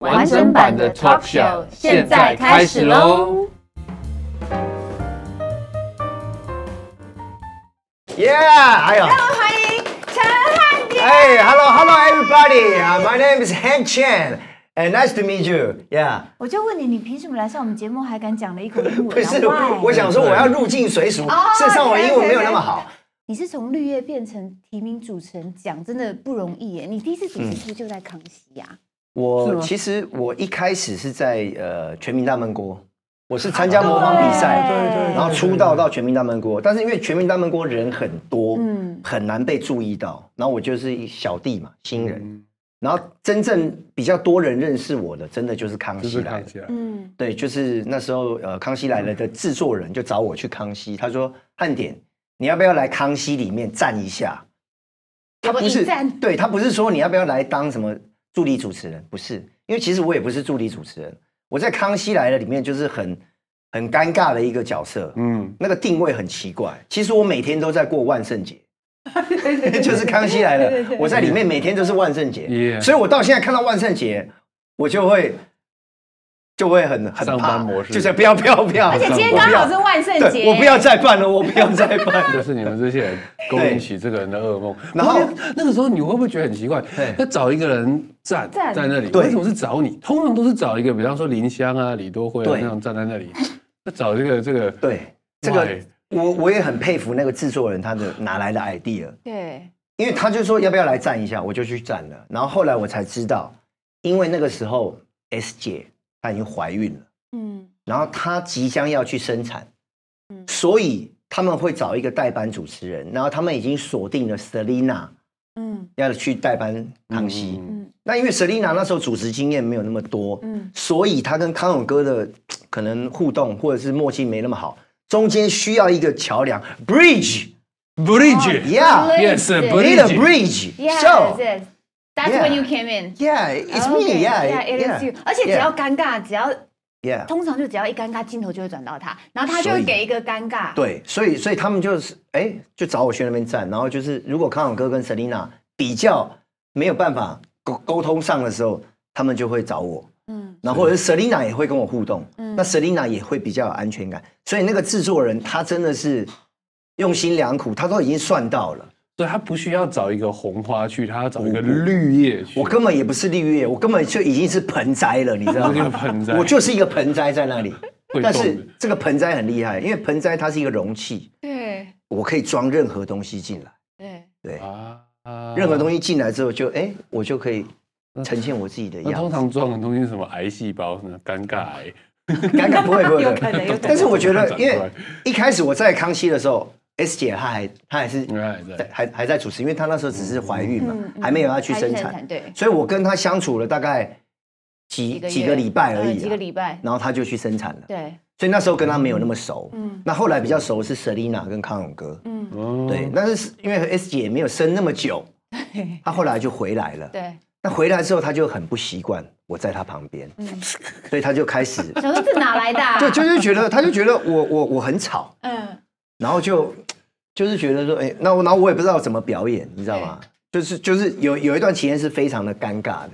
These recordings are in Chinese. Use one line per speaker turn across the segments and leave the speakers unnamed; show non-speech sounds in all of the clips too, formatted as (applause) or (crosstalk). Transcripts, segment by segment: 完整版的 talk show 现在开始喽！
Yeah, 哎 I am.
欢迎陈汉典。
Hey, hello, hello, everybody. Uh, 哎 my name is Hank Chen, and nice to meet you. Yeah，
我就问你，你凭什么来上我们节目，还敢讲了一口英
(laughs) 不
文？
是
Why？，
我想说我要入境随俗，事实上我英文没有那么好。
你是从绿叶变成提名主持人，讲真的不容易耶。你第一次主持是不是就在康熙啊
嗯
呀、
我其实我一开始是在呃全民大闷锅，我是参
哦
加模仿比赛，
对对对
然后出道到全民大闷锅，但是因为全民大闷锅人很多，
嗯
嗯，很难被注意到，然后我就是一小弟嘛，新人，然后真正比较多人认识我的，真的就是康熙来了。
嗯，
对，就是那时候呃，《康熙来了》的制作人就找我去康熙，他说：“汉典，你要不要来康熙里面站一下？”他不
一
是
站，
对他不是说你要不要来当什么助理主持人，不是，因为其实我也不是助理主持人，我在《康熙来了》里面就是很很尴尬的一个角色，嗯，那个定位很奇怪。其实我每天都在过万
(laughs)
圣节。就是康熙来了，我在里面每天都是万圣节，
Yeah
所以我到现在看到万圣节，我就会就会很很
上
怕
班模式
就是不要不要不要。而
而且今天刚好是万圣节，
我不要再办了， (laughs) 我不要再办
就
了。
是你们这些人勾引起这个人的噩
(laughs)
梦。
然后
不过那个时候你会不会觉得很奇怪
对？
要找一个人站
站
在那里，
对
为什么是找你？通常都是找一个，比方说林香啊、李多惠啊
对
那种站在那里。那找这个这个，
对，这个
Why？
我我也很佩服那个制作人他的哪来的 idea，
对，
因为他就说要不要来站一下，我就去站了。然后后来我才知道，因为那个时候 S 姐她已经怀孕了。
嗯，
然后她即将要去生产，所以他们会找一个代班主持人，然后他们已经锁定了 Selina，
嗯，
要去代班康熙，
嗯
那因为 Selina 那时候主持经验没有那么多，
嗯
所以她跟康永哥的可能互动或者是默契没那么好，中间需要一个桥梁 bridge，yeah，need
Bridge，yes，
哦 a bridge，so。
Yes, yes. That's
Yeah.
when you came in.
Yeah, it's
Okay,
me. Yeah,
yeah, it is you. 而且只要尴尬，只要
yeah, yeah.
通常就只要一尴尬，镜头就会转到他，然后他就
所
会
以
给一个尴尬。
对，所以所以他们就是哎，就找我去那边站，然后就是如果康永哥跟 Selina 比较没有办法沟沟通上的时候，他们就会找我，
嗯，
然后或者是 Selina 也会跟我互动，
嗯
那 Selina 也会比较有安全感，所以那个制作人他真的是用心良苦，他都已经算到了，
所以他不需要找一个红花去，他要找一个绿叶去。
我根本也不是绿叶，我根本就已经是盆栽了，你知
(laughs)
道
你是
吗？
个盆栽
我就是一个盆栽在那里
(laughs) 会，动的
但是这个盆栽很厉害，因为盆栽它是一个容器，
对
我可以装任何东西进来。
对，
对，
啊，
任何东
西。
西进来之后就，哎，我就可以呈现我自己的
那
样
哦通
子。
常撞的东西是什么癌细胞呢？尴尬癌。
尴尬不会不会，
有
不
可能有可
会
能
但是我
(laughs)
觉得，因
突然
为一开始我在康熙的时候，S 姐她还她还是
原来还在
在还还在主持，因为她那时候只是怀孕嘛
嗯，嗯
还没有要去
还是
生
生
产，
对，
所以我跟她相处了大概几
月
几个礼拜而
呃
已
几个
啊，
礼拜。
然后她就去生产了，
对，
所以那时候跟她没有那么熟。
嗯
那后来比较熟是 Selina 跟康永哥，
嗯， (laughs)
哦
对，但是因为 S 姐也没有生那么久，她后来就回来了。
对，
那回来之后，他就很不习惯我在他旁边，
嗯
(laughs) 所以他就开始，
想说这哪来的、啊？
对，就是觉得他就觉得我我我很吵，
嗯，
然后就就是觉得说，哎、那我然后我也不知道怎么表演，你知道吗？就是就是有有一段期间是非常的尴尬的，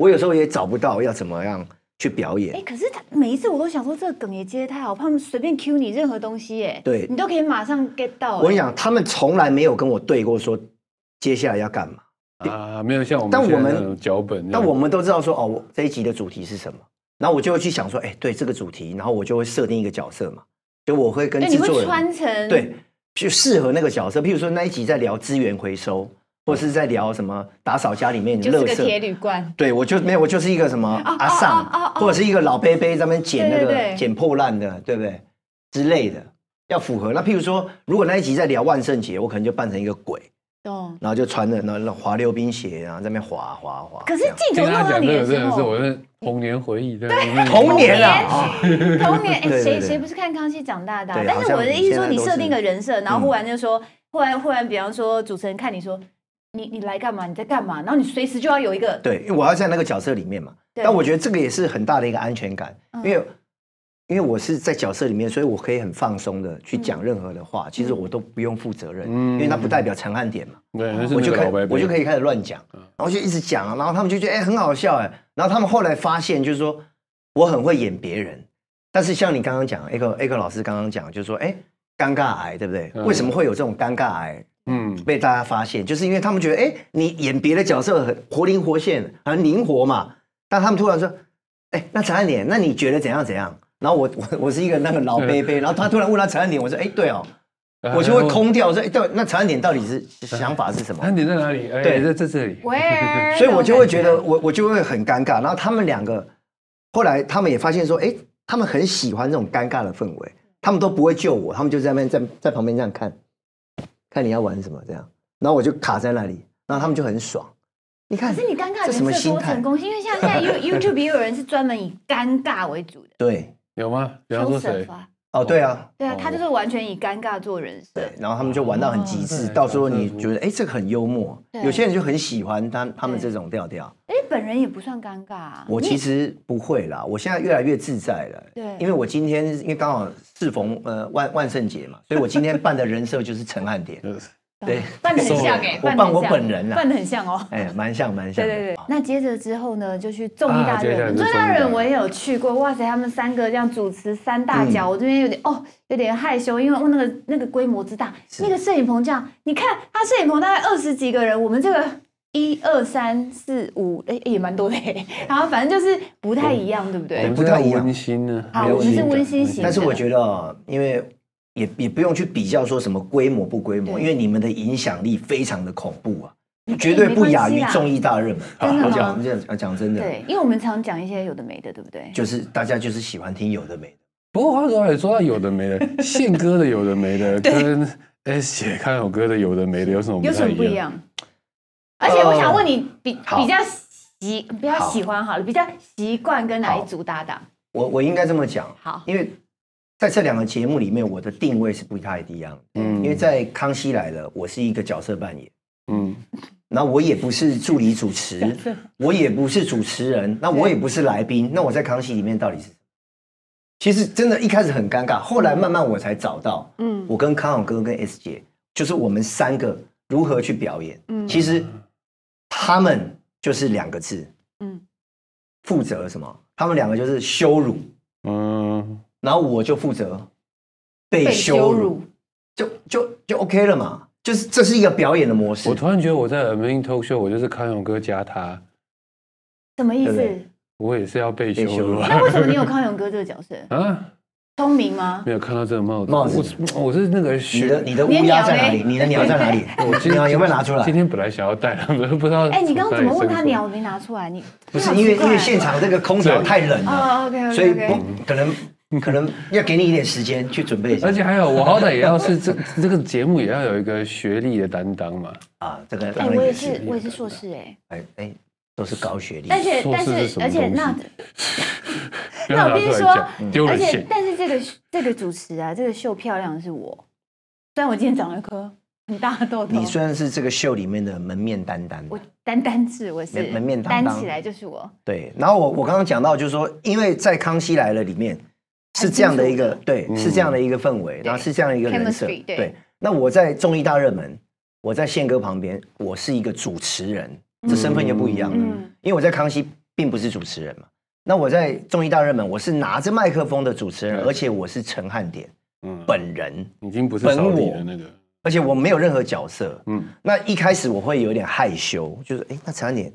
我有时候也找不到要怎么样去表
哎、
演。
可是他每一次我都想说这个梗也接得太好，怕他们随便 Q 你任何东西、哎，
对
你都可以马上 get 到、
我跟你
哎
讲，他们从来没有跟我对过说接下来要干嘛，
啊，没有像我们
但
现在
我们
那种脚本
嗯
这样，
但我们都知道说，哦，我这一集的主题是什么，然后我就会去想说，哎、对这个主题，然后我就会设定一个角色嘛，就我会跟
对，
制
你会
作人。
穿成
对，就适合那个角色。譬如说那一集在聊资源回收，或是在聊什么打扫家里面
就
的
是
垃
个铁
圾。
铝罐，
对，我就没有，我就是一个什么
哦
阿尚
哦哦，哦
或者是一个老伯伯在那边捡那
对对对
个捡破烂的，对不对？之类的，要符合。那譬如说，如果那一集在聊万圣节，我可能就扮成一个鬼，
懂。
然后就穿着那那滑溜冰鞋，然后在那边滑滑滑。
可是
这样
听
镜头
他
弄到
讲
你
这
的
个
时
真的是
候
我，的童年回忆，对，真的是
童年啊，
童年哎，
对对
谁
对
谁不是看《康熙》长大的啊？
对
但
好
是
像
我的意思
现
说，
在
你
都
设
是
定个人设，然后
嗯
忽然就说，忽然忽然，比方说主持人看你说，你你来干嘛？你在干嘛？然后你随时就要有一个
对，因为我要在那个角色里面嘛。
对
但我觉得这个也是很大的一个安全感，
嗯
因为因为我是在角色里面，所以我可以很放松的去
嗯
讲任何的话，其实我都不用负责任，
嗯
因为它不代表陈汉典嘛。
对，那是
我
那
就
个
开
老嗯伯伯，
我就可以开始乱讲，然后就一直讲，然后他们就觉得哎、很好笑哎、然后他们后来发现就是说我很会演别人，但是像你刚刚讲 A 个 A 个老师刚刚讲就是说哎、尴尬癌对不对？
嗯
为什么会有这种尴尬癌
嗯，
被大家发现？就是因为他们觉得哎、你演别的角色很活灵活现，很灵活嘛，但他们突然说哎、那陈汉典，那你觉得怎样怎样？然后我我我是一个那个老贝贝，然后他突然问他陈汉典，我说哎、对哦，
呃
我就会空掉，我说哎、对，那陈汉典到底是想法是什么？
那你在哪里？哎，
对
在在这里。
where，
(laughs) 所以我就会觉
那
得
种
我我就会很尴尬。然后他们两个后来他们也发现说，哎，他们很喜欢这种尴尬的氛围，他们都不会救我，他们就在那边在在旁边这样看，看你要玩什么这样。然后我就卡在那里，然后他们就很爽。你看，
感觉。可是你尴尬
这什么
人设
心
多
态
成功，因为像
(laughs)
现在 You YouTube 也有人是专门以尴尬为主的，
对
(laughs) 有吗？比方说谁
Joseph？啊
哦，对啊，
对啊，
哦
他就是完全以尴尬做人设
对。，然后他们就玩到很极致，
哦。
到时候你觉得哎，这个很幽默，
对
有些人就很喜欢他他们这种调调。
哎，本人也不算尴尬啊。
我
你
其实不会啦，我现在越来越自在了。
对
因为我今天因为刚好适逢呃万万圣节嘛，所以我今天扮的人设就是陈汉典
就是
对，
扮的很
瘦
像
了
哎，
我
得
扮
很
我
像
本人啦啊
扮的很像哦。
哎，蛮像蛮像
对
的。
对对，那接着之后呢，就去综艺
啊
大
接下来
人，
是
综
综
艺大
艺大
人
人
我也有去过，哇塞，他们三个这样主持三大角，我这边有点哦，有点害羞，因为哦那个那个规模之大，那个摄影棚这样，你看他摄影棚大概二十几个人，我们这个一二三四五，哎也蛮多的欸，然后反正就是不太一样，对不
我
对
嗯
们？
不
是
太一
要
样
温馨呢。
好，
没有
我们是
型
温馨型的，
但是我觉得哦，因为也也不用去比较说什么规模不规模，
对
因为你们的影响力非常的恐怖啊，绝
哎
对
没
不
关
亚
系
于
啦
综艺大热门。啊
真的
我
吗
讲我们这样讲真的，
对，因为我们常讲一些有的没的，对不对？
就是大家就是喜欢听有的没的。
不过话说回来，说到有的没
(laughs)
的，宪歌的有的没的，跟哎写康永歌的有的没的有什么
有
不
什
太
么不
一
一
样？
样？而且我想问你，比
呃好
比较喜比较
好
喜欢好了，比较习惯跟哪一组搭档？
我我应该这么讲，
好，
因为在这两个节目里面，我的定位是不太一样的。
嗯
因为在《康熙来了》，我是一个角色扮演，
嗯，
那我也不是助理主持，
啊
我也不是主持人，那我也不是来宾，那我在《康熙》里面到底是什么？其实真的一开始很尴尬，后来慢慢我才找到，嗯，我跟康永哥跟 S 姐，就是我们三个如何去表演。嗯，其实他们就是两个字，嗯
嗯，
负责什么？他们两个就是羞辱，
嗯，
然后我就负责被
被
羞
羞
辱
辱，
就就就 OK 了嘛。就是这是一个表演的模式
我，突然觉得我在 a m a i n Talk Show，我就是康永哥加他，
什么意
对不
思
对？
我也是要被
被羞
羞辱
辱
啊
那为什么你有康永哥这个角色？
啊！
聪明
(laughs)
吗？
没有看到这个帽子，
帽子
我我是那个
你
学
的你的乌
你的
鸦
鸟
在哪里？
嘞
你
(laughs)
的鸟在哪里？
我今
(laughs) 鸟有没有拿出来
今？天本来想要带，不知道。
哎，你刚刚怎么问他鸟？我没拿出来？你
不是
你好
因为
奇怪
因为现场这个空调
对
太冷了，
哦，OK
所以
OK
不
OK，
可能可能要给你一点时间去准备一下
而且还有，我好歹也要是这 (laughs) 这个节目也要有一个学历的担当嘛。
啊。这个
哎，
当
我
然
也
也是，
是我也是硕士哎，
哎哎，都是高学历。
而且
硕士
但
是
是
什么
而且
东西
那
不要
那我必须
拿出来
说
讲丢
而
人
且
现。
但是这
(laughs)
个这个主持啊，这个秀漂亮的是我，虽然我今天长了一颗很大的痘痘
你，虽然是这个秀里面的门面担当，
我单单治我是
门门面担
单
当
起来就是我。
对。然后我我刚刚讲到，就是说，因为在《康熙来了》里面是这样的一个对，是这样
嗯
的一个氛围，然后是这样的一个人设
Chemistry，对
对。那我在综艺大热门，我在宪哥旁边，我是一个主持人，这身份就不一样了。
嗯
因为我在康熙并不是主持人嘛，那我在综艺大热门，我是拿着麦克风的主持人，
对
而且我是陈汉典
嗯，
本人，
已经不是扫地的那个。
而且我没有任何角色。
嗯，
那一开始我会有点害羞，就是哎，诶那陈汉典，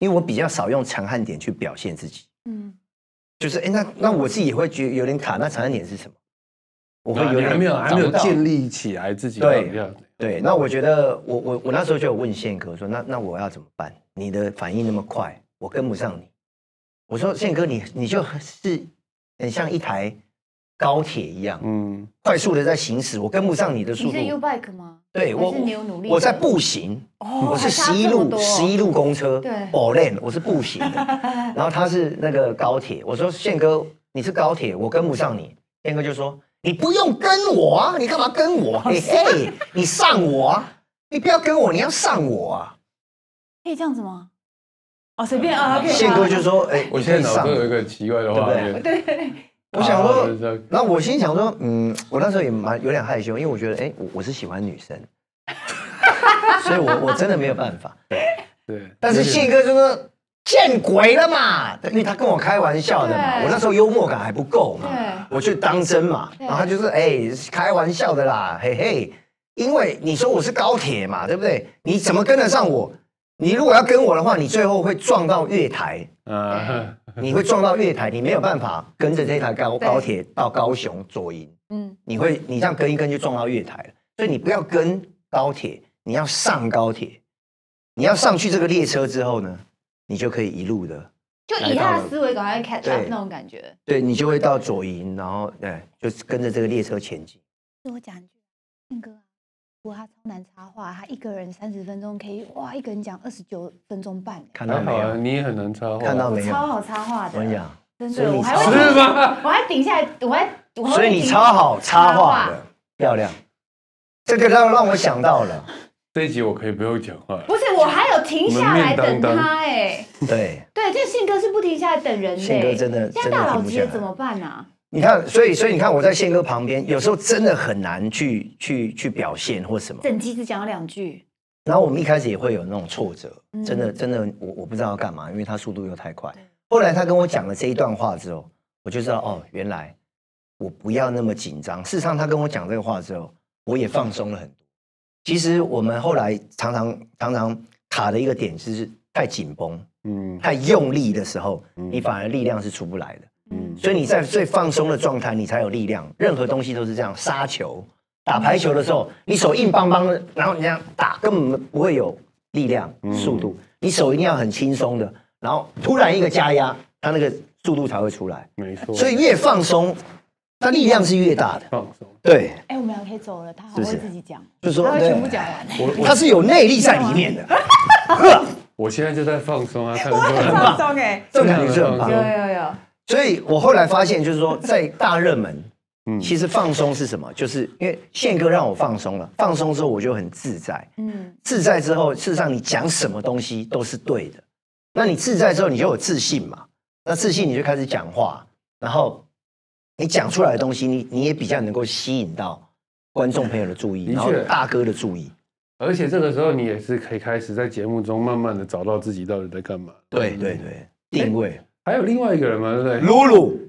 因为我比较少用陈汉典去表现自己，
嗯，
就是哎，诶那那我自己也会觉得有点卡。那陈汉典是什么？我会有
啊你
点
还没有还没
找
有
不到
建立起来自己
对
的样子。
对，那我觉得我我我那时候就有问宪哥说，那那我要怎么办？你的反应那么快，我跟不上你。我说宪哥，你你就是很像一台高铁一样，
嗯，
快速的在行驶，我跟不上你的
你
速
是 U
度。
bike 吗？
对我
还是你有努力，
我在步行，
哦，
我是
还差
十一
这么
路
多
十一路公车，
对
o l a n 我是步行的，然后他是那个高铁，我说宪哥你是高铁，我跟不上你，宪哥就说你不用跟我啊，你干嘛跟我？
(laughs)
嘿嘿，你上我啊，你不要跟我，你要上我啊。
可以这样子吗？哦，随便啊，可以啊。
宪哥嗯就说，哎，
我
你
现
可
在脑
以上
中。有一个奇怪的画面，
对对
我想
啊
说
就是，说
然后我心想说，嗯，我那时候也蛮有点害羞，因为我觉得，哎，我我是喜欢女生， (laughs) 所以我我真的没有办
(laughs)
法。
对，
但是宪哥就说见鬼了嘛，因为他跟我开玩笑的嘛，
对
我那时候幽默感还不够嘛
对，
我去当真嘛，
对
然后他就是哎、开玩笑的啦，嘿嘿，因为你说我是高铁嘛，对不对？你怎么跟得上我？你如果要跟我的话，你最后会撞到月台，
(laughs)
啊，
你会撞到月台，你没有办法跟着这台高
对
高铁到高雄左营，
(laughs) 嗯，
你会你这样跟一跟就撞到月台了，所以你不要跟高铁，你要上高铁，你要上去这个列车之后呢，你就可以一路的，
就以他的思维赶快 catch up 那种感觉。
对你就会到左营，然后对，就是跟着这个列车前进。
对我讲一句，宪哥啊，不过他超难插话，他一个人三十分钟可以，哇，一个人讲二十九分钟半，
(laughs)
欸
看到
还
没
好啊，
有？
你也很难插话，
看到
我
没有？
超好插话
我跟你
的，
讲，
真
所以
的，
你
我还会
超
顶
是
(laughs)
吗？
我还顶下来，我还我还会
所以你
顶
超好插话的，漂亮。这个让让我想到了，
这一集我可以不用讲话了，
不是，我还有停下来等
门面当
他
当
哎、
对，
对，这宪哥是不停下来等人的、欸。
宪哥真的
现在
真的
大佬
停不
直
下
接
来
怎么办啊？
你看，所以所以你看我在宪哥旁边，有时候真的很难去去去表现或什么。
整集只讲了两句，
然后我们一开始也会有那种挫折，
嗯
真的真的，我我不知道要干嘛，因为他速度又太快。后来他跟我讲了这一段话之后，我就知道哦，原来我不要那么紧张。事实上，他跟我讲这个话之后，我也放松了很多。其实我们后来常常常常卡的一个点就是太紧绷、
嗯
太用力的时候，你反而力量是出不来的。
嗯
所以你在最放松的状态，你才有力量。任何东西都是这样，杀球、打排球的时候，你手硬邦邦的，然后你这样打，根本不会有力量、速度。你手一定要很轻松的，然后突然一个加压，它那个速度才会出来。
没错，
所以越放松，它力量是越大的。
放松。
对，
哎、我们俩可以走了，他还会
是不是
自己讲，
就是说
他会
对
全部嗯讲完、欸。
我
它
我
是有内力在里面的，
我现在就在放松啊，看得
(laughs)
出来
放松哎，
这种感觉是很棒
对
有
啊。
有嗯有，
所以我后来发现，就是说在大热门，
嗯
其实放松是什么？就是因为宪哥让我放松了，放松之后我就很自在。
嗯，
自在之后，事实上你讲什么东西都是对的。那你自在之后，你就有自信嘛？那自信你就开始讲话，然后你讲出来的东西，你你也比较能够吸引到观众朋友的注意，
的确
然后大哥的注意。
而且这个时候你也是可以开始在节目中慢慢的找到自己到底在干嘛。嗯
对对对，定位。
还有另外一个人嘛，对不 (laughs) 对？
露露，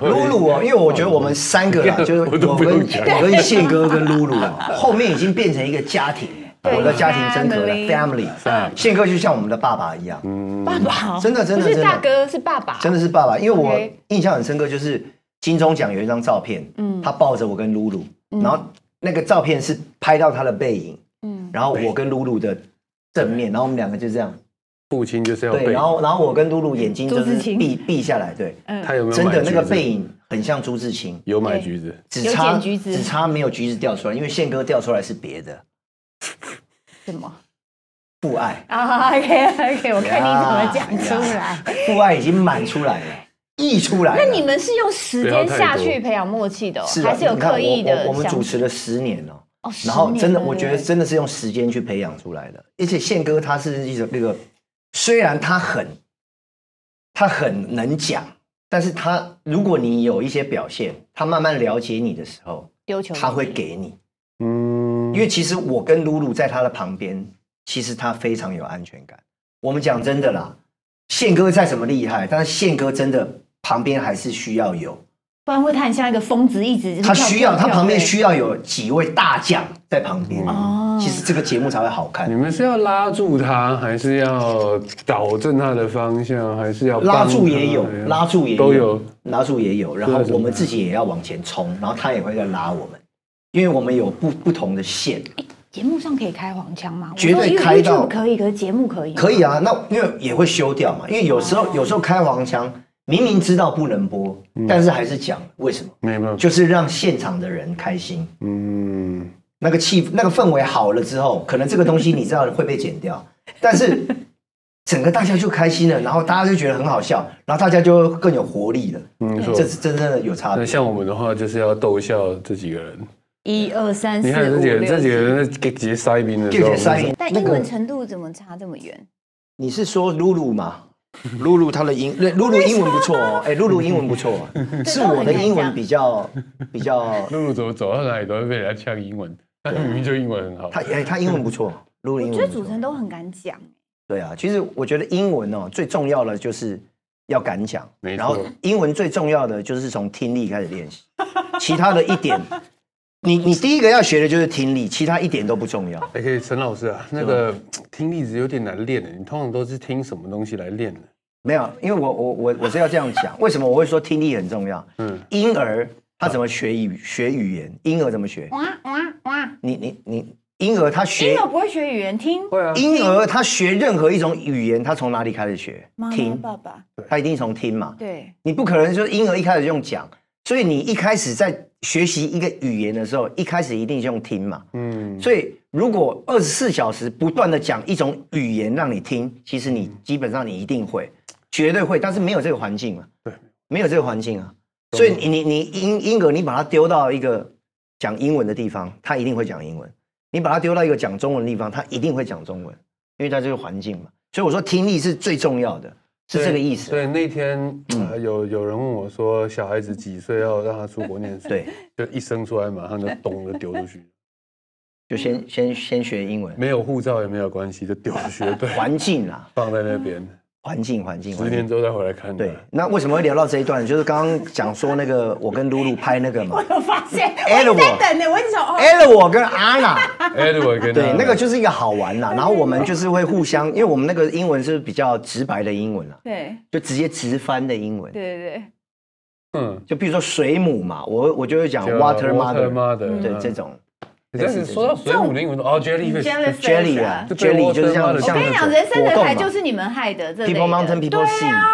露露哦，因为我觉得我们三个啦，就
哎 (laughs)
是
我都
我
不
跟
用讲
我跟宪哥跟露露啊，后面已经变成一个家庭。
对
我的家庭真格了
family
，family。宪哥就像我们的爸爸一样，
嗯
爸爸哦
真的真的
不是
真的
大哥，是爸爸，
真的是爸爸，因为我
OK
印象很深刻，就是金钟奖有一张照片，
嗯
他抱着我跟露露，然后那个照片是拍到他的背影，
嗯，
然后我跟露露的正面，然后我们两个就这样，
父亲就是要
对，
被
然后然后我跟露露眼睛
嗯
就
朱
是
自清
闭闭下来，对，
他有没有
真的
买
那个
橘子
背影很像朱自清，
有买橘子，
只
有
差
捡橘子
只差没有橘子掉出来，因为宪哥掉出来是别的，
什么？
父爱，
啊，OK OK，我看你怎么讲出来。
父爱已经满出来了，溢出来了。
那你们是用时间下去培养默契的、哦，
是啊
还是有
你看
刻意的
我我我们
想
主持了十年了。
哦，十
然后真的，
年了
我觉得真的是用时间去培养出来的。而且宪哥他是一种那个，虽然他很他很能讲，但是他如果你有一些表现，他慢慢了解你的时候，
丢球，
他会给你。
嗯
因为其实我跟露露在他的旁边，其实他非常有安全感。我们讲真的啦，宪哥再怎么厉害，但是宪哥真的旁边还是需要有，
不然会他很像一个疯子，一直
他需要他旁边需
要
要有几位大将在旁边，
哦
其实这个节目才会好看
你。们是要拉住他，还是要导正他的方向，还是要帮他
拉住也有，拉住也有
都有。
拉住也有。然后
对
我们自己也要往前冲，然后他也会在拉我们，因为我们有不不同的线。
节目上可以开黄腔吗？
绝对
我说 You-
开到啊
YouTube 可以，可是节目可以吗
可以啊，那因为也会修掉嘛，因为有时候有时候开黄腔，明明知道不能播，
嗯
但是还是讲为什么？
没办法，
就是让现场的人开心，
嗯，
那个气那个氛围好了之后，可能这个东西你知道会被剪掉，但是整个大家就开心了，然后大家就觉得很好笑，然后大家就更有活力了。
没错
嗯这是真正的有差别
嗯那。像我们的话，就是要逗笑这几个人。
一二三四
你看
五
这几个这几个
六。
人在给直接塞宾的时候，
给直接塞宾
但英文程度怎么差这么远？
你是说露
(laughs)
露吗？露露她的英，露露英文不错哦，哎，露露英文不错哦，是我的英文比较比较，
露露走走到哪里都会被人家呛英文，但明明就英文很好。
她哎她英文不错，露露
我
英文
觉
不错
得主持人都很敢讲，
对啊，其实我觉得英文哦最重要的就是要敢讲，
没错
然后英文最重要的就是从听力开始练习，其他的一点， (laughs) 你你第一个要学的就是听力，其他一点都不重要。
哎，可以，陈老师啊，那个听力值有点难练的，你通常都是听什么东西来练的？
没有，因为我我我我是要这样讲，为什么我会说听力很重要？
嗯，
婴儿他怎么学语学语言？婴儿怎么学？
哇哇哇！
你你你，婴儿他学
婴儿不会学语言，听
会啊，
婴儿他学任何一种语言，他从哪里开始学
妈？妈
听，
爸爸，
他一定从听嘛。
对，
你不可能说婴儿一开始用讲，所以你一开始在学习一个语言的时候，一开始一定是用听嘛。
嗯，
所以如果二十四小时不断的讲一种语言让你听，其实你基本上你一定会，绝对会，但是没有这个环境嘛。啊
对，
没有这个环境啊。所以你你你婴婴儿，你把他丢到一个讲英文的地方，他一定会讲英文；你把他丢到一个讲中文的地方，他一定会讲中文，因为他这个环境嘛。所以我说听力是最重要的，是这个意思。嗯
对，对那天呃有有人问我说，小孩子几岁要让他出国念书？
对，
就一生出来马上就咚就丢出去， (laughs)
就先先先学英文，
没有护照也没有关系，就丢
(laughs)
出去，对，
环境啦，
放在那边，
环境环境。
十
环境
年之后再回来
嗯
看。
对，那为什么会聊到这一段？就是刚刚讲说那个我跟露露拍那个嘛
(laughs) 我有发现，
(laughs) 哎
我一直在等呢，我一直想哦，
，L 我跟
(laughs)
Anna，
，Edward 跟
对，
他
那个就是一个好玩啦。然后我们就是会互相，因为我们那个英文是比较直白的英文啦，
对
就直接直翻的英文
对。对
嗯
就比如说水母嘛，我我就会讲
叫
water mother，嗯
mother，
嗯
嗯
对这。种
你这是说到水母的英文哦
对
，jellyfish，
Jellyfish
jelly 啊
就对
，jelly 就
water
是这样
mother
我
像
跟你
那
讲，
种
人生的
果冻
台
嘛
就是你们害的，这类的
people mountain people
啊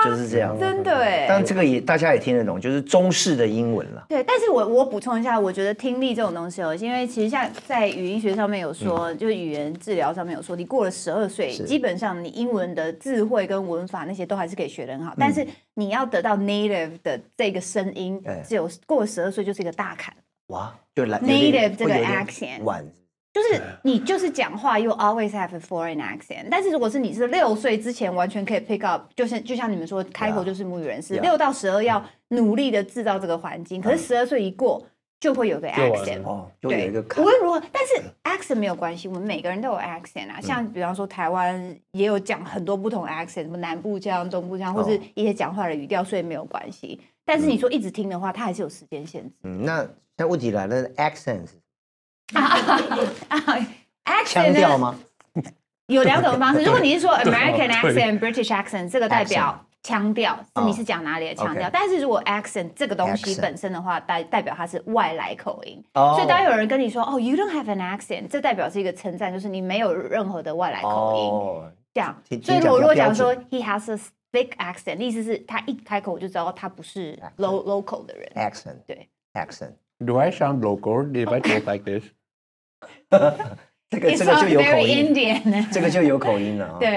sea 就是这样。
真的哎。
但这个也大家也听得懂，就是中式的英文啦。
对，但是我我补充一下，我觉得听力这种东西哦，因为其实像在语音学上面有
嗯
说，就是语言治疗上面有说，你过了十二岁，
是
基本上你英文的智慧跟文法那些都还是可以学得很好，
嗯
但是你要得到 native 的这个声音
哎，
只有过了十二岁就是一个大坎，
哇，就来
Native 这个 accent
晚
就是你就是讲话 you always have a foreign accent，但是如果是你是六岁之前完全可以 pick up，就是就像你们说开口
Yeah.
就是母语人士，
Yeah.
六到十
嗯
二要努力的制造这个环境，可是十二岁一过就会有个
就完了
accent。
哦，就有
对，
一个
无
嗯
论如何，但是 accent 没有关系，我们每个人都有 accent 啊。像比方说台湾也有讲很多不同 accent，什么南部腔、东部腔，或是
哦
一些讲话的语调，所以没有关系。但是你说一直听的话，它还是有时间限制 (laughs)
嗯，那那问题来了，accent 是
啊。
腔
accent
调
呢
吗？
有两种方式，如果你是说 American
对
accent、British accent，这个代表腔调，是
哦
你是讲哪里的腔调
OK。
但是如果 accent 这个东西
Accent
本身的话，代代表它是外来口音。
哦
所以当有人跟你说哦，you don't have an accent，这代表是一个称赞，就是你没有任何的外来口音。
哦，
这样
听。
所以
听起来
我如果
比较
讲
标
说
准
he has a thick accent，意思是他一开口我就知道他不是 lo local 的人。
accent，
对
，accent， (laughs)
Do I sound local if I talk like this？ (laughs)
这个
It
这个就
sounds
有口
very
音，
Indian
这个就有口音了啊。
(laughs)
(laughs)
对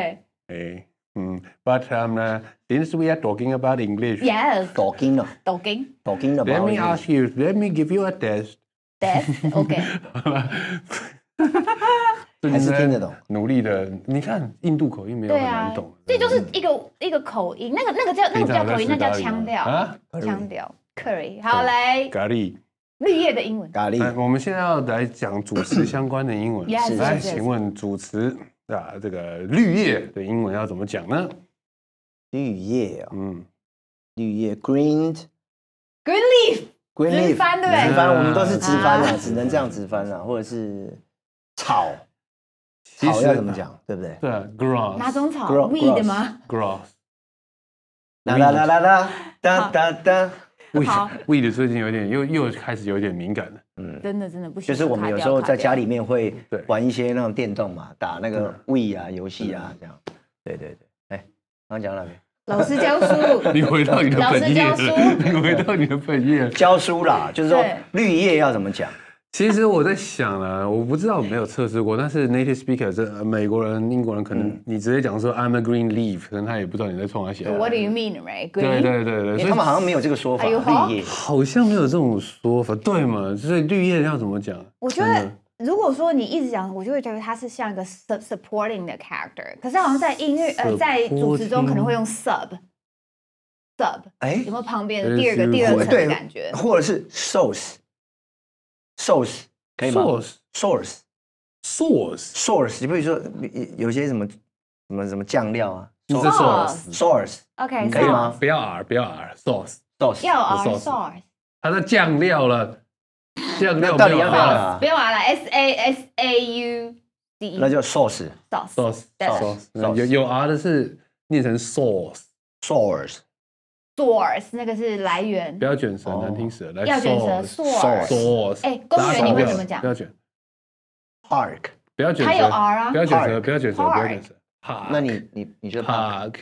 哎，嗯，But um, uh, since we are talking about English,
，yes，
，talking 了
抖音
，talking 了吧
let
我
me
觉得
ask you, let me give you a
(laughs)
test。
that's
(laughs)
OK。
还
是听得懂，
努力的。你看印度口音没有
对
很
啊
难懂，，
这就是一个一个口音，那个那个叫那
平
个不
常
叫
有在
口音，那
吃咖
叫
喱吗
腔调，
啊，
腔调。Curry，好来
咖喱。
绿叶的英文
咖
来，
喱
我们现在要来讲主持相关的英文。
(coughs) Yes, 是
来，
yes, yes
请问主持啊，这个绿叶的英文要怎么讲呢？
绿叶啊，
嗯，
绿叶 green
，Green leaf，
green
直
leaf，
翻对不
直
对？
翻，我们都是直翻
啊
了，只能这样直翻了，啊或者是草，
其
草
实
要怎么？讲，对不对？
对啊
哪
，grass，grass，
种草
Grass-
？Weed 吗？
啦啦啦啦啦，哒哒哒，
weed
好
weed 最近有点又又开始有点敏感了。 (laughs)
嗯。
真的真的不行。
就是我们有时候
卡
在
掉
家里面会
对嗯
玩一些那种电动嘛，打那个 We 啊游戏啊这样。对对对，哎，刚刚讲到哪边？
老师教
(laughs)
书，
你回到你的
老师
本业
教
了，
书
你回到你的本业了。
教书啦，就是说
对
绿叶要怎么讲？
其实我在想啊，我不知道有没有测试过，但是 native speaker 这呃美国人、英国人，可能你直接讲说 I'm a green leaf，可能他也不知道你在冲他写。啊
啊
What do you mean, right?
对啊对对对，
因
所
为
以
哎他们好像没有这个说法，
哎呦
绿叶。
好像没有这种说法，对嘛？所以绿叶要怎么讲？
我觉
真
得
的，
如果说你一直讲，我就会觉得它是像一个 sub supporting 的 character，可是好像在音乐呃
Supporting
在主持中可能会用 sub sub
哎
有没有旁边的第二个
Yes,
第二层的
对
感觉？
或者是 source source 可以吗
Source
source
source
source，你比如说有有些什么什么什么酱料啊
是 source，
，source
OK，
可以吗
sauce？
不要 r 不要 r source，
source，
哎要 R
sauce
sauce，
它在酱料了，酱料
那到底
没有
要不要
R
啊
不？要玩了，S A S A U D
那
E
叫 source
sauce
sauce
That's-
sauce，
sauce
有有 r 的是念成 source，
source
source，那个是来源
不，要卷舌，
哦
难听死了。来
要卷舌
source
source，
source，
哎公园
你会
不要
怎
么讲
不要卷，
park，
不要卷舌，
它有 R 啊
不要卷舌，
Park
不要卷舌，
Park
不要卷舌。Park，
那你你你觉得 park？
park，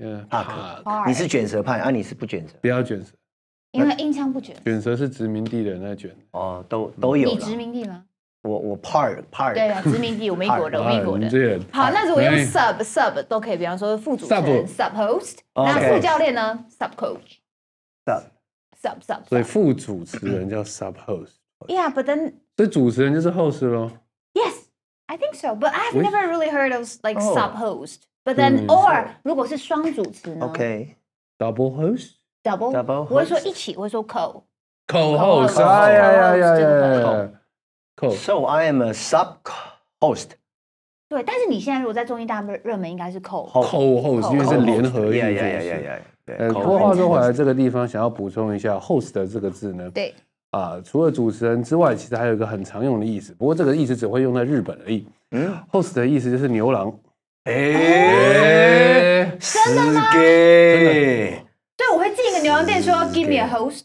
嗯
Park
park，
Park
你是卷舌派啊？你是不卷舌？
不要卷舌，
因为音腔不准。
卷舌是殖民地的人在卷。
哦，都都有
你
啦
殖民地吗？
我我 park
对
park
啊，殖民地，我们一国的，我们一国
你
的。
这人
好，那如果用
哎
sub sub 都可以，比方说副主持人
Sub
sub host，
OK
那副教练呢 sub coach
Sub
sub sub。
所以副主持人叫 sub host，
Yeah, but then
所以主持人就是 host 咯。
yes, I think so. But I've
Wait.
never really heard of like
Oh.
sub host. But then
嗯
or 如果是双主持呢
OK
double host。
double
double
我会说
host
一起，我会说 co。
口后
Co-host，
哎呀呀呀呀
口
呀！口
so I am a sub host
对，但是你现在如果在综艺大热热门，应该是 co。
Host
口后是因为是联合音主
yeah yeah yeah
持
yeah。yeah 对
呃，不过
co-host
话说回来，这个地方想要补充一下 “host” 的这个字呢，
对，
啊、除了主持人之外，其实还有一个很常用的意思，不过这个意思只会用在日本而已。
嗯
host 的意思就是牛郎，
哎。
哎
真的吗？给
对，我会进一个牛羊店说 give me a host。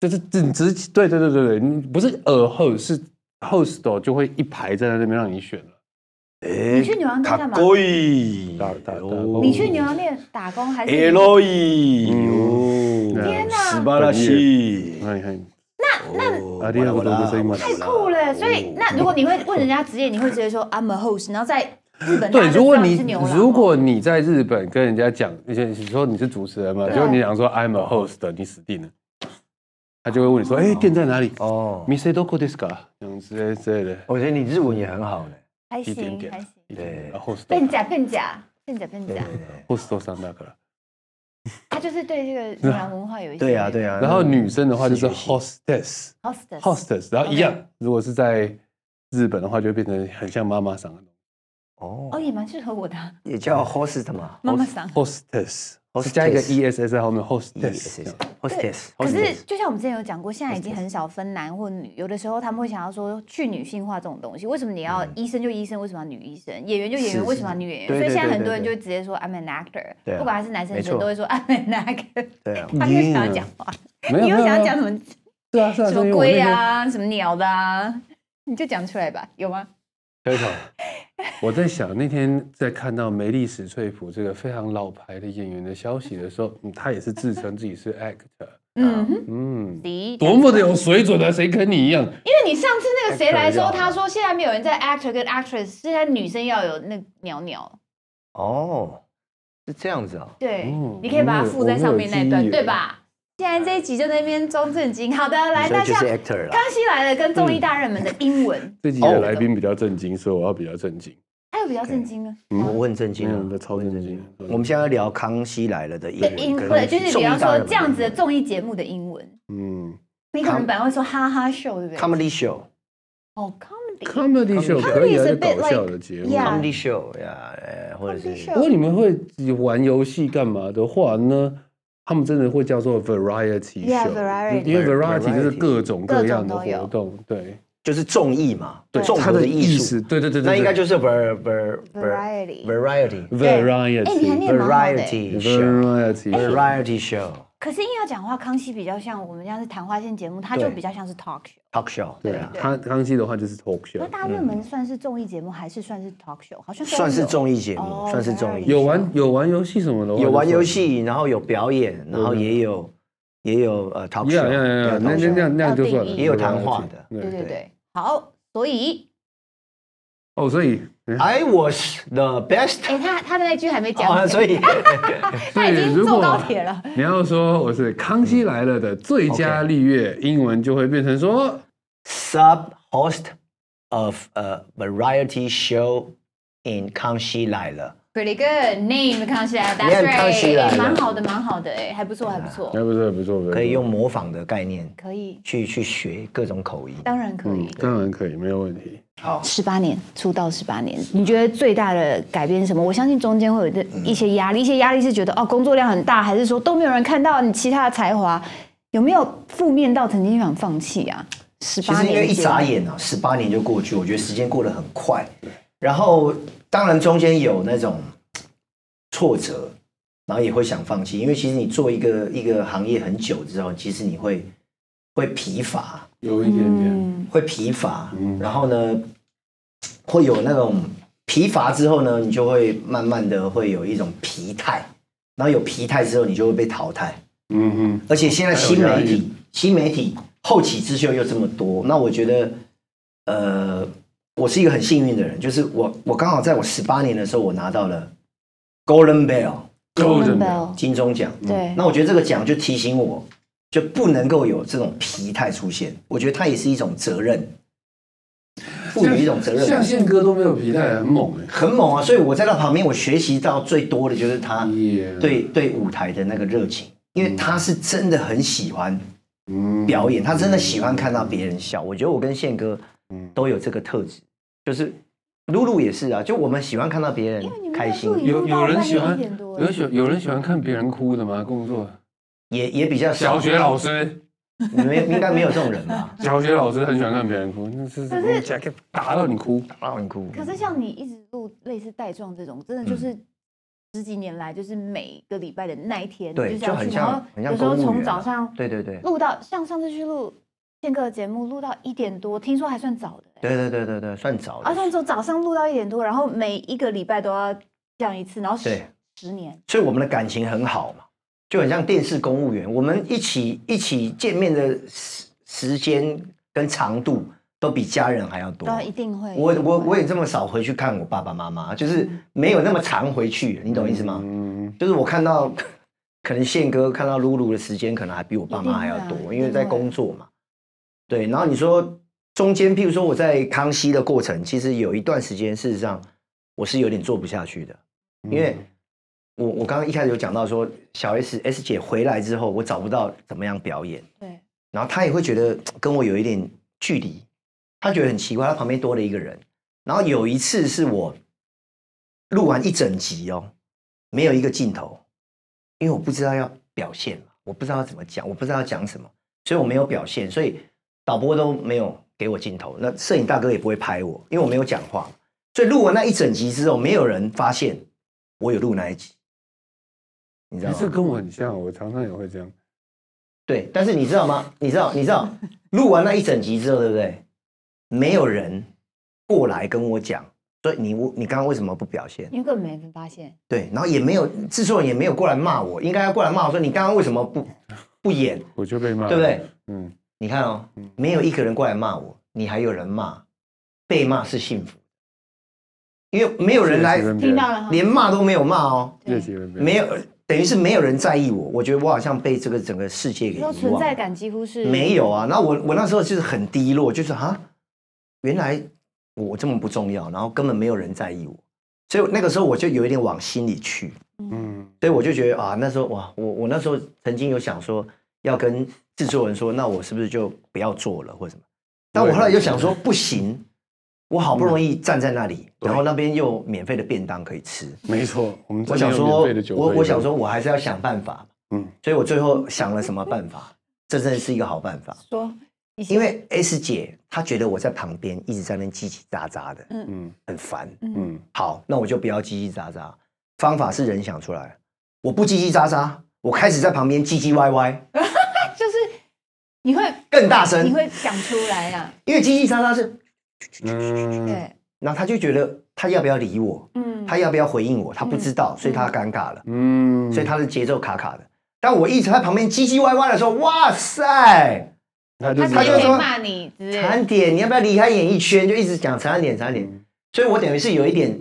就是直直对对对对对，你不是 a host 是 host 哦，就会一排站在那边让你选了。
你
去牛郎店干嘛
贵
打打打工
你去牛羊店打工还是？
L E，
嗯天
哪
斯巴拉西，
那你看，
那
啊第二个动作声音嘛
太酷了！所
哦
以那如果你会问人家职业，你会直接说 I'm a host，然后在日本
对，
大家就知道
如果
你是
你
牛郎哦
如果你在日本跟人家讲，而且你说你是主持人嘛，结果你讲说 I'm a host，你死定了，他就会问你说，哎，店在哪里？
哦，
m i s e d o k o d i s k a 这样之类之类的，
我觉得你日文也很好呢。
还
一点
行还
点啊
行，，
一点点
对
，host
骗假骗假骗假骗假，
host 都上那个了。
他就是对这个牛郎文化有一些
对啊，对啊。
然后女生的话嗯就是
视觉系
hostess。
hostess
hostess，然后一样，如果是在日本的话，就会变成很像妈妈桑的
哦
哦，
也蛮适合我的啊
也叫 host 嘛
妈妈桑。
hostess，是加一个 ess 在后面 hostess 这样。
，hostess。
可是，就像我们之前有讲过，现在已经很少分男或女，有的时候他们会想要说去女性化这种东西。为什么你要医生就医生，为什么要女医生？演员就演
嗯是
员，
是
为什么要女演员？
对
所以现在
对对
很多人
对
就
对
会直接说 I'm an actor，
对啊
不管他是男生女生
没错
都会说 I'm an actor，
对啊，
他越想要讲话，
没有
你又
没有
想要
没
讲
有
什么？
是啊是啊，
什
所以
么
我那
龟
天
啊，什么鸟的啊，你就讲出来吧，有吗？
开头，我在想那天在看到梅丽史翠普这个非常老牌的演员的消息的时候，嗯，他也是自称自己是 actor，
嗯哼，
嗯，
第一，因
多么的有水准啊，谁跟你一样？
为你上次那个谁来说，
Actor 要
他说现在没有人在 actor 跟 actress，是在女生要有那鸟鸟，
哦，是这样子啊。
对，
嗯
你可以把它附在上面那一
我没
段，
有
对吧？现在这一集就在那边装正经，好的，来
所
大
以就
家
是 actor
啊
啦。
康熙来了跟综艺大热门的英文，
这集
哦
的来宾比较震惊，所以我要比较震惊。
还哎有比较啊震惊呢，
我我很震惊
嗯
啊，
超震惊
我们现在要聊《康熙来了》的英
的
文
英
跟
对，就是比方
综艺大
说
热门
这样子的综艺节目的英文，
嗯
你可能本来会说哈哈秀，对不对？
comedy show。
哦，comedy，
，comedy show 可以啊，是搞笑的节目
Yeah。
comedy show 呀，呃或者
Comedy
是
show
不过你们会玩游戏干嘛的话呢？他们真的会叫做 variety
Yeah,
show，
variety
因为 variety 就是
Variety
各种各样的
各种都有
活动，对
就是综艺嘛，
对，
综
它
合
的
艺术
思，，对对对对，
那应该
对
就是 ver ver
Variety
variety
variety，
哎你还念蛮好的
variety show
variety，啊
variety show
可是硬要讲话，康熙比较像我们这样是谈话性节目，他就
对
比较像是 talk show。
talk show，
对啊，他康熙的话就是 talk
可
show，
是大热门算是综艺节目还是算是 talk show？好像都
嗯算是
有
综艺节目
哦，
算是综艺，
有玩有玩游戏什么的话，
有玩游戏，然后有表演，然后也有也有呃 talk
也
show，
有，一样一样一样，那那那样那样就算了，
要定义
也有谈话的
对
对对
对
对，好，所以
哦，所以
I was the best，
哎，他他的那句还没讲
啊，
完，
(laughs) 所以
他已
所以如
经
果
坐高铁了。
你要说我是《康熙来了》的最
嗯
佳丽乐，英文就会变成说
sub host of a variety show in 康熙来了，
Pretty good name 康熙来了
Name
，That's right，
康熙来了
哎蛮好的，蛮好的，哎，还不错，还不错，
哎，不错不错，不错
可以用模仿的概念
可以，
去去学各种口音。
当然可
嗯
以，。
当然可以，没有问题。
十八年出道十八年，你觉得最大的改变是什么？我相信中间会有的一些压力，一些压力是觉得哦工作量很大，还是说都没有人看到你其他的才华？有没有负面到曾经想放弃啊？十
其
八
实因
年
为
的
一
节目
眨眼啊，十八年就过去，我觉得时间过得很快。然后当然中间有那种挫折，然后也会想放弃，因为其实你做一个一个行业很久之后，其实你会会疲乏，
有一点点，
会疲乏，
嗯
然后呢会有那种疲乏之后呢，你就会慢慢的会有一种疲态，然后有疲态之后，你就会被淘汰。
嗯哼，
而且现在新
还有压
媒
力
体，新媒体后起之秀又这么多，那我觉得，呃，我是一个很幸运的人，就是我我刚好在我十八年的时候，我拿到了 Golden Bell
人
Golden
的
Bell，
金钟奖。
对，
那我觉得这个奖就提醒我，就不能够有这种疲态出现。我觉得它也是一种责任，赋予一种责任
像
感，
宪哥都没有皮带，很猛哎。
很猛啊！所以我在他旁边，我学习到最多的就是他
耶，
对对舞台的那个热情，因为他是真的很喜欢
嗯
表演，他真的喜欢看到别人笑。我觉得我跟宪哥
嗯
都有这个特质，就是露露也是啊，就我们喜欢看到别人开心
哎因为你们在录，影
有有人喜欢
一点多，
有喜有人喜欢看别人哭的吗？工作
也也比较少
小学老师，？
你们应该没有这种人啊吧
(laughs) 小学老师很喜欢看别人哭，那是
是
jacket 打到你哭，
啊，你哭。
可是像你一直录类似带状这种，真的就是
嗯
十几年来，就是每个礼拜的那一天，
对
你就这样
就很
去
像
然后
很像
有时候
公务
从
员啊
早上
对对对
录到，像上次去录宪哥的节目，录到一点多，听说还算早的、欸。
对对对对对，算早
啊，
了。
像说早上录到一点多，然后每一个礼拜都要这样一次，然后十
对
十年，
所以我们的感情很好嘛，就很像电视公务员，我们一起一起见面的时时间跟长度都比家人还要多。
当然一定会。
我
一定
我
会
我也这么少回去看我爸爸妈妈，就是没有那么常回去，你懂意思吗？
嗯，
就是我看到，可能宪哥看到露露的时间，可能还比我爸妈还要
一定
多，
会啊
因为在工作嘛。对，然后你说中间，譬如说我在康熙的过程，其实有一段时间，事实上我是有点做不下去的，因为
嗯
我我刚刚一开始有讲到说，小 S S 姐回来之后，我找不到怎么样表演，
对
然后她也会觉得跟我有一点距离，她觉得很奇怪，她旁边多了一个人。然后有一次是我录完一整集哦，没有一个镜头，因为我不知道要表现嘛，我不知道要怎么讲，我不知道要讲什么，所以我没有表现，所以导播都没有给我镜头，那摄影大哥也不会拍我，因为我没有讲话，所以录完那一整集之后，没有人发现我有录那一集，你知道
哎
吗？
这跟我很像，我常常也会这样。
对，但是你知道吗？你知道，你知道，录完那一整集之后，对不对？没有人过来跟我讲，所以你你刚刚为什么不表现？
因为根本没人发现，
对，然后也没有制作人也没有过来骂我，应该要过来骂我说你刚刚为什么不不演，
我就被骂，
对不对？
嗯，
你看哦，没有一个人过来骂我，你还有人骂，被骂是幸福，因为没有人来，
听到了哈。
连骂都没有骂哦，
热情人
没有，等于是没有人在意我，我觉得我好像被这个整个世界给
你
遗
说
忘。
存在感几乎
嗯
是
没有啊，那我我那时候就是很低落，就是啊，原来我这么不重要，然后根本没有人在意我，所以那个时候我就有一点往心里去，
嗯，
所以我就觉得啊，那时候哇，我我那时候曾经有想说要跟制作人说，那我是不是就不要做了或什么？但我后来又想说不行，我好不容易
嗯
站在那里，然后那边又有免费的便当可以吃，
没错，我们
我
这边
想
有
说
免费的，酒
我
可以
我想
喝
说我还是要想办法，
嗯
嗯，所以我最后想了什么办法？这真的是一个好办法。
说一些，
因为 S 姐她觉得我在旁边一直在那边叽叽喳喳的，
嗯
嗯
很烦。
嗯
嗯，
好，那我就不要叽叽喳喳。方法是人想出来，我不叽叽喳喳，我开始在旁边唧唧歪歪，
就是你会
更大
你
声，
会讲出来呀、
因为叽叽喳喳是，
嗯，
对，
然后他就觉得他要不要理我，
嗯，
他要不要回应我，他不知道，所以他尴尬了，
嗯，
所以他的节奏卡卡的。但我一直在旁边唧唧歪歪的时候，哇塞，
他就
他
他
就
就
会
说
骂你之类的，
惨点，你要不要离开演艺圈？就一直讲惨点，惨点。所以我等于是有一点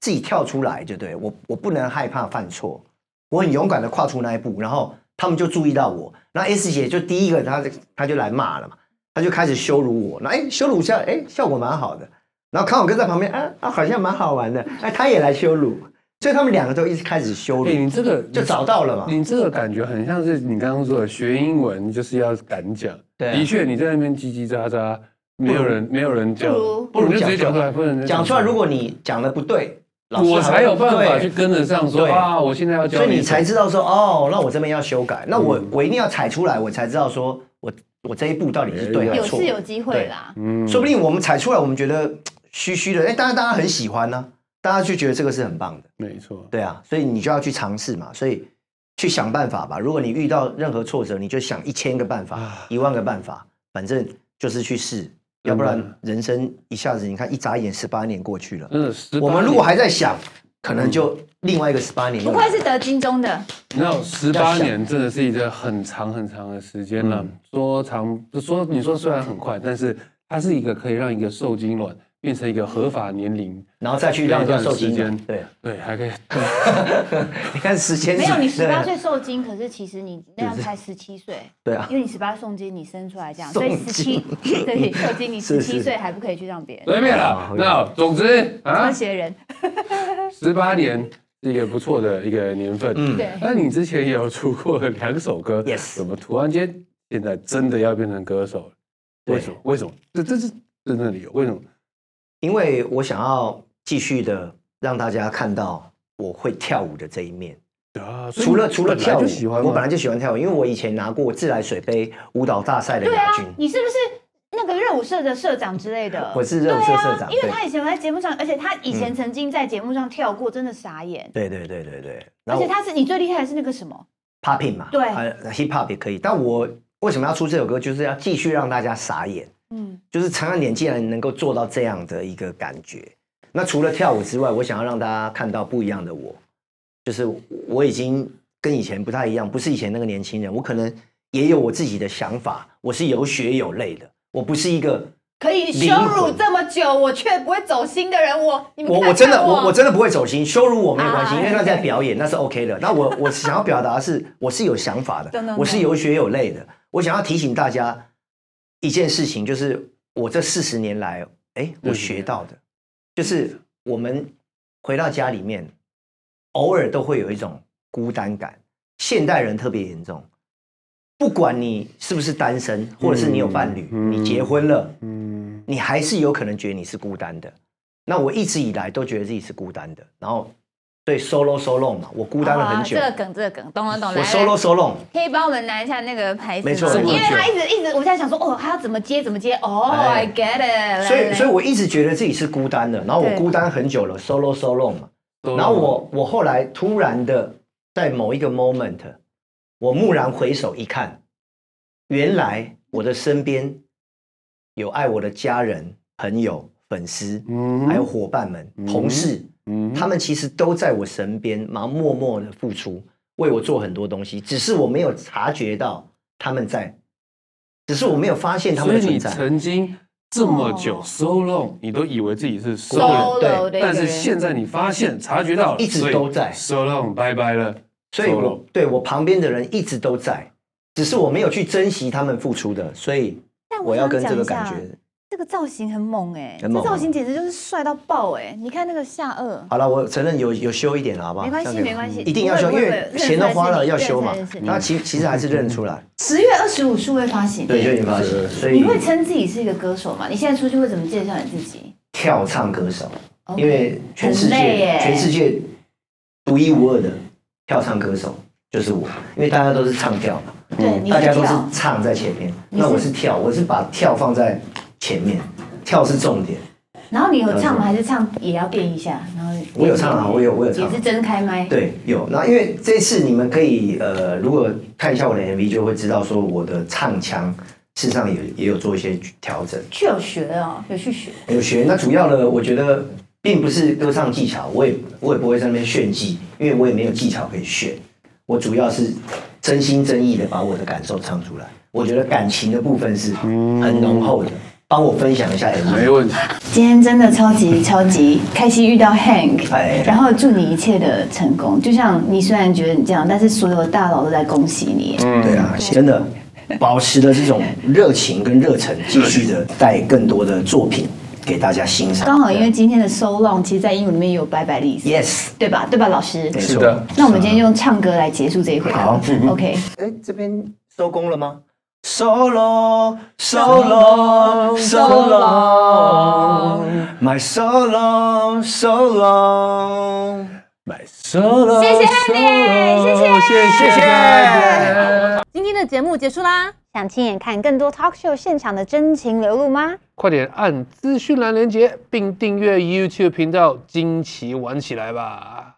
自己跳出来，就对我，我不能害怕犯错，我很勇敢的跨出那一步，然后他们就注意到我。那 S 姐就第一个，她她就来骂了嘛，她就开始羞辱我。那哎，羞辱一下，哎，效果蛮好的。然后康永哥在旁边，啊啊，好像蛮好玩的，哎，他也来羞辱，所以他们两个都一直开始羞
哎，
辱，
你这个
就找到了嘛。
你这个感觉很像是你刚刚说的，学英文就是要敢讲。
对啊
的确你在那边叽叽喳喳，没有人没有人叫，
不如
不如你就直接讲出来，不能
讲出来，如果你讲的不对，老师
我才有办法
对
去跟得上说
对
啊，我现在要教
所以你才
什
知道说，哦，那我这边要修改，那我、
嗯
我一定要踩出来，我才知道说我我这一步到底是对还
有
是错
是。有机会啦。
么嗯
说不定我们踩出来，我们觉得嘖虚虚的，哎、当然大家很喜欢呢、大家就觉得这个是很棒的，
嗯没错，
对啊，所以你就要去尝试嘛，所以去想办法吧。如果你遇到任何挫折，你就想一千个办法
啊，
一万个办法，反正就是去试，
的
要不
嗯
然人生一下子你看一眨眼十八年过去了，
真的十八嗯
我们如果还在想，可能就另外一个十八年又
不
来了。
愧是得金钟的，
你知道十八年真的是一个很长很长的时间
嗯
了。说长不说，你说虽然很快，但是它是一个可以让一个受精卵变成一个合法年龄，
然后再去让人家受精
一段时间
卵对，啊
对，还可以
(laughs) 你看时间是
没有你十八
对
岁受精，可是其实你那样才十七岁，
对啊
因，为你十八受精，你生出来这样，
受
所以
精
十七
(laughs)
对受精，你十
是
七
是
岁还不可以去让别人，
随便了
(laughs) 好。
那总之啊
那，些人，
十八年是一个不错的一个年份。嗯，
对
那你之前也有出过两首歌
Yes
怎么突然间现在真的要变成歌手了？
对
为什么？为什么？这这是真的理由？为什么？
因为我想要继续的让大家看到我会跳舞的这一面。
啊，所以
除了
你
除了
本来
跳舞
就喜欢，吗，
我本来就喜欢跳舞，因为我以前拿过自来水杯舞蹈大赛的
对啊
亚军，，
你是不是那个热舞社的社长之类的？
我是热舞社社
对
长
啊，因为
对嗯
他以前有在节目上，而且他以前曾经在节目上跳过，真的傻眼。
对对对对对，
而
然
且
后
他是你最厉害的是那个什么？
popping 嘛，
对
呃，hip hop 也可以。但我为什么要出这首歌，就是要继续让大家傻眼。
嗯，
就是长安点竟然能够做到这样的一个感觉。那除了跳舞之外，我想要让大家看到不一样的我，就是我已经跟以前不太一样，不是以前那个年轻人，我可能也有我自己的想法，我是有血有泪的，我不是一个
可以羞辱这么久，我却不会走心的人，我你们
我
看看
我真的我我真的不会走心，羞辱我没有关系，
啊
因为那在表演，那是 OK 的。那我我想要表达的是，我是有想法
(laughs) 懂懂
的
懂，
我是有血有泪的。我想要提醒大家一件事情，就是我这四十年来，哎，我
嗯
学到的，
嗯
就是我们回到家里面，偶尔都会有一种孤单感，现代人特别严重。不管你是不是单身，或者是你有伴侣，
嗯
你结婚了，
嗯，
你还是有可能觉得你是孤单的。那我一直以来都觉得自己是孤单的，然后对 solo solo 嘛，我孤单了很久，
啊这个梗，这个梗，懂了懂了。
我
来
solo solo
可以帮我们拿一下那个牌子吗？
没错
因为
没错
他一直一直，我现在想说，哦，他要怎么接怎么接？哦、
哎
i get it
所
来
以
来
所以我一直觉得自己是孤单的，然后我
对
孤单很久了，solo solo 嘛。
都
然后我我后来突然的在某一个 moment，我蓦然回首一看，原来我的身边有爱我的家人、朋友、粉丝，
嗯
还有伙伴们、同事，
嗯
他们其实都在我身边，然后默默的付出，为我做很多东西，只是我没有察觉到他们在，只是我没有发现他
所
们的
以你
存在。
曾经这么久 so long，你都以为自己是 so long，
solo 的一个人
但是现在你发现察觉到了，
一直都在
所以 so long，拜拜了。
所以
solo
我对我旁边的人一直都在，只是我没有去珍惜他们付出的，所以
但我
我要
想
跟这
讲一
个
下
感觉。
这个造型很猛哎、
很猛
这造型简直就是帅到爆哎、你看那个下颚，
好了，我承认有有修一点了，好不好？
没关
这
系
样可以
没
吗
关系，
一定要修，
不
因
会不会
为钱都花了要修嘛
认识认识。
那其其实还是认出来，
十月二十五数位发行，
对，就已经发现。所以
你会称自己是一个歌手吗？你现在出去会怎么介绍你自己？
跳唱歌手，因为全世
很累耶
界全世界独一无二的跳唱歌手就是我，因为大家都是唱跳嘛，
对，你
嗯大家
是
都是
跳，
唱在前面，
是
那我是跳，我是把跳放在前面，跳是重点，
然后你有唱吗？还是唱也要变一下？然后
我有唱啊，我有我有唱
也。是真开麦。
对，有。那因为这次你们可以呃，如果看一下我的 MV，就会知道说我的唱腔事实上也也有做一些调整。
去有学哦，有去学。
有学，那主要呢，我觉得并不是歌唱技巧，我也我也不会在那边炫技，因为我也没有技巧可以炫。我主要是真心真意的把我的感受唱出来。我觉得感情的部分是很浓厚的，帮我分享一下 MV。
没问题。
今天真的超级超级开心遇到 Hank，
哎
然后祝你一切的成功。就像你虽然觉得你这样，但是所有的大佬都在恭喜你。
对啊，真的保持着这种热情跟热忱，继续的带更多的作品给大家欣赏。
刚好因为今天的 so long，其实在英文里面也有拜拜的意思，
yes，
对吧？对吧，老师？
没
是
错。
的
那我们今天用唱歌来结束这一回合。
好
OK。
哎，这边收工了吗？Solo, solo, solo, my solo, solo。
买 solo，
谢谢艾米谢
谢谢
谢谢
艾米
今天的节目结束啦，
想亲眼看更多 talk show 现场的真情流露吗？
快点按资讯栏连接，并订阅 YouTube 频道，惊奇玩起来吧！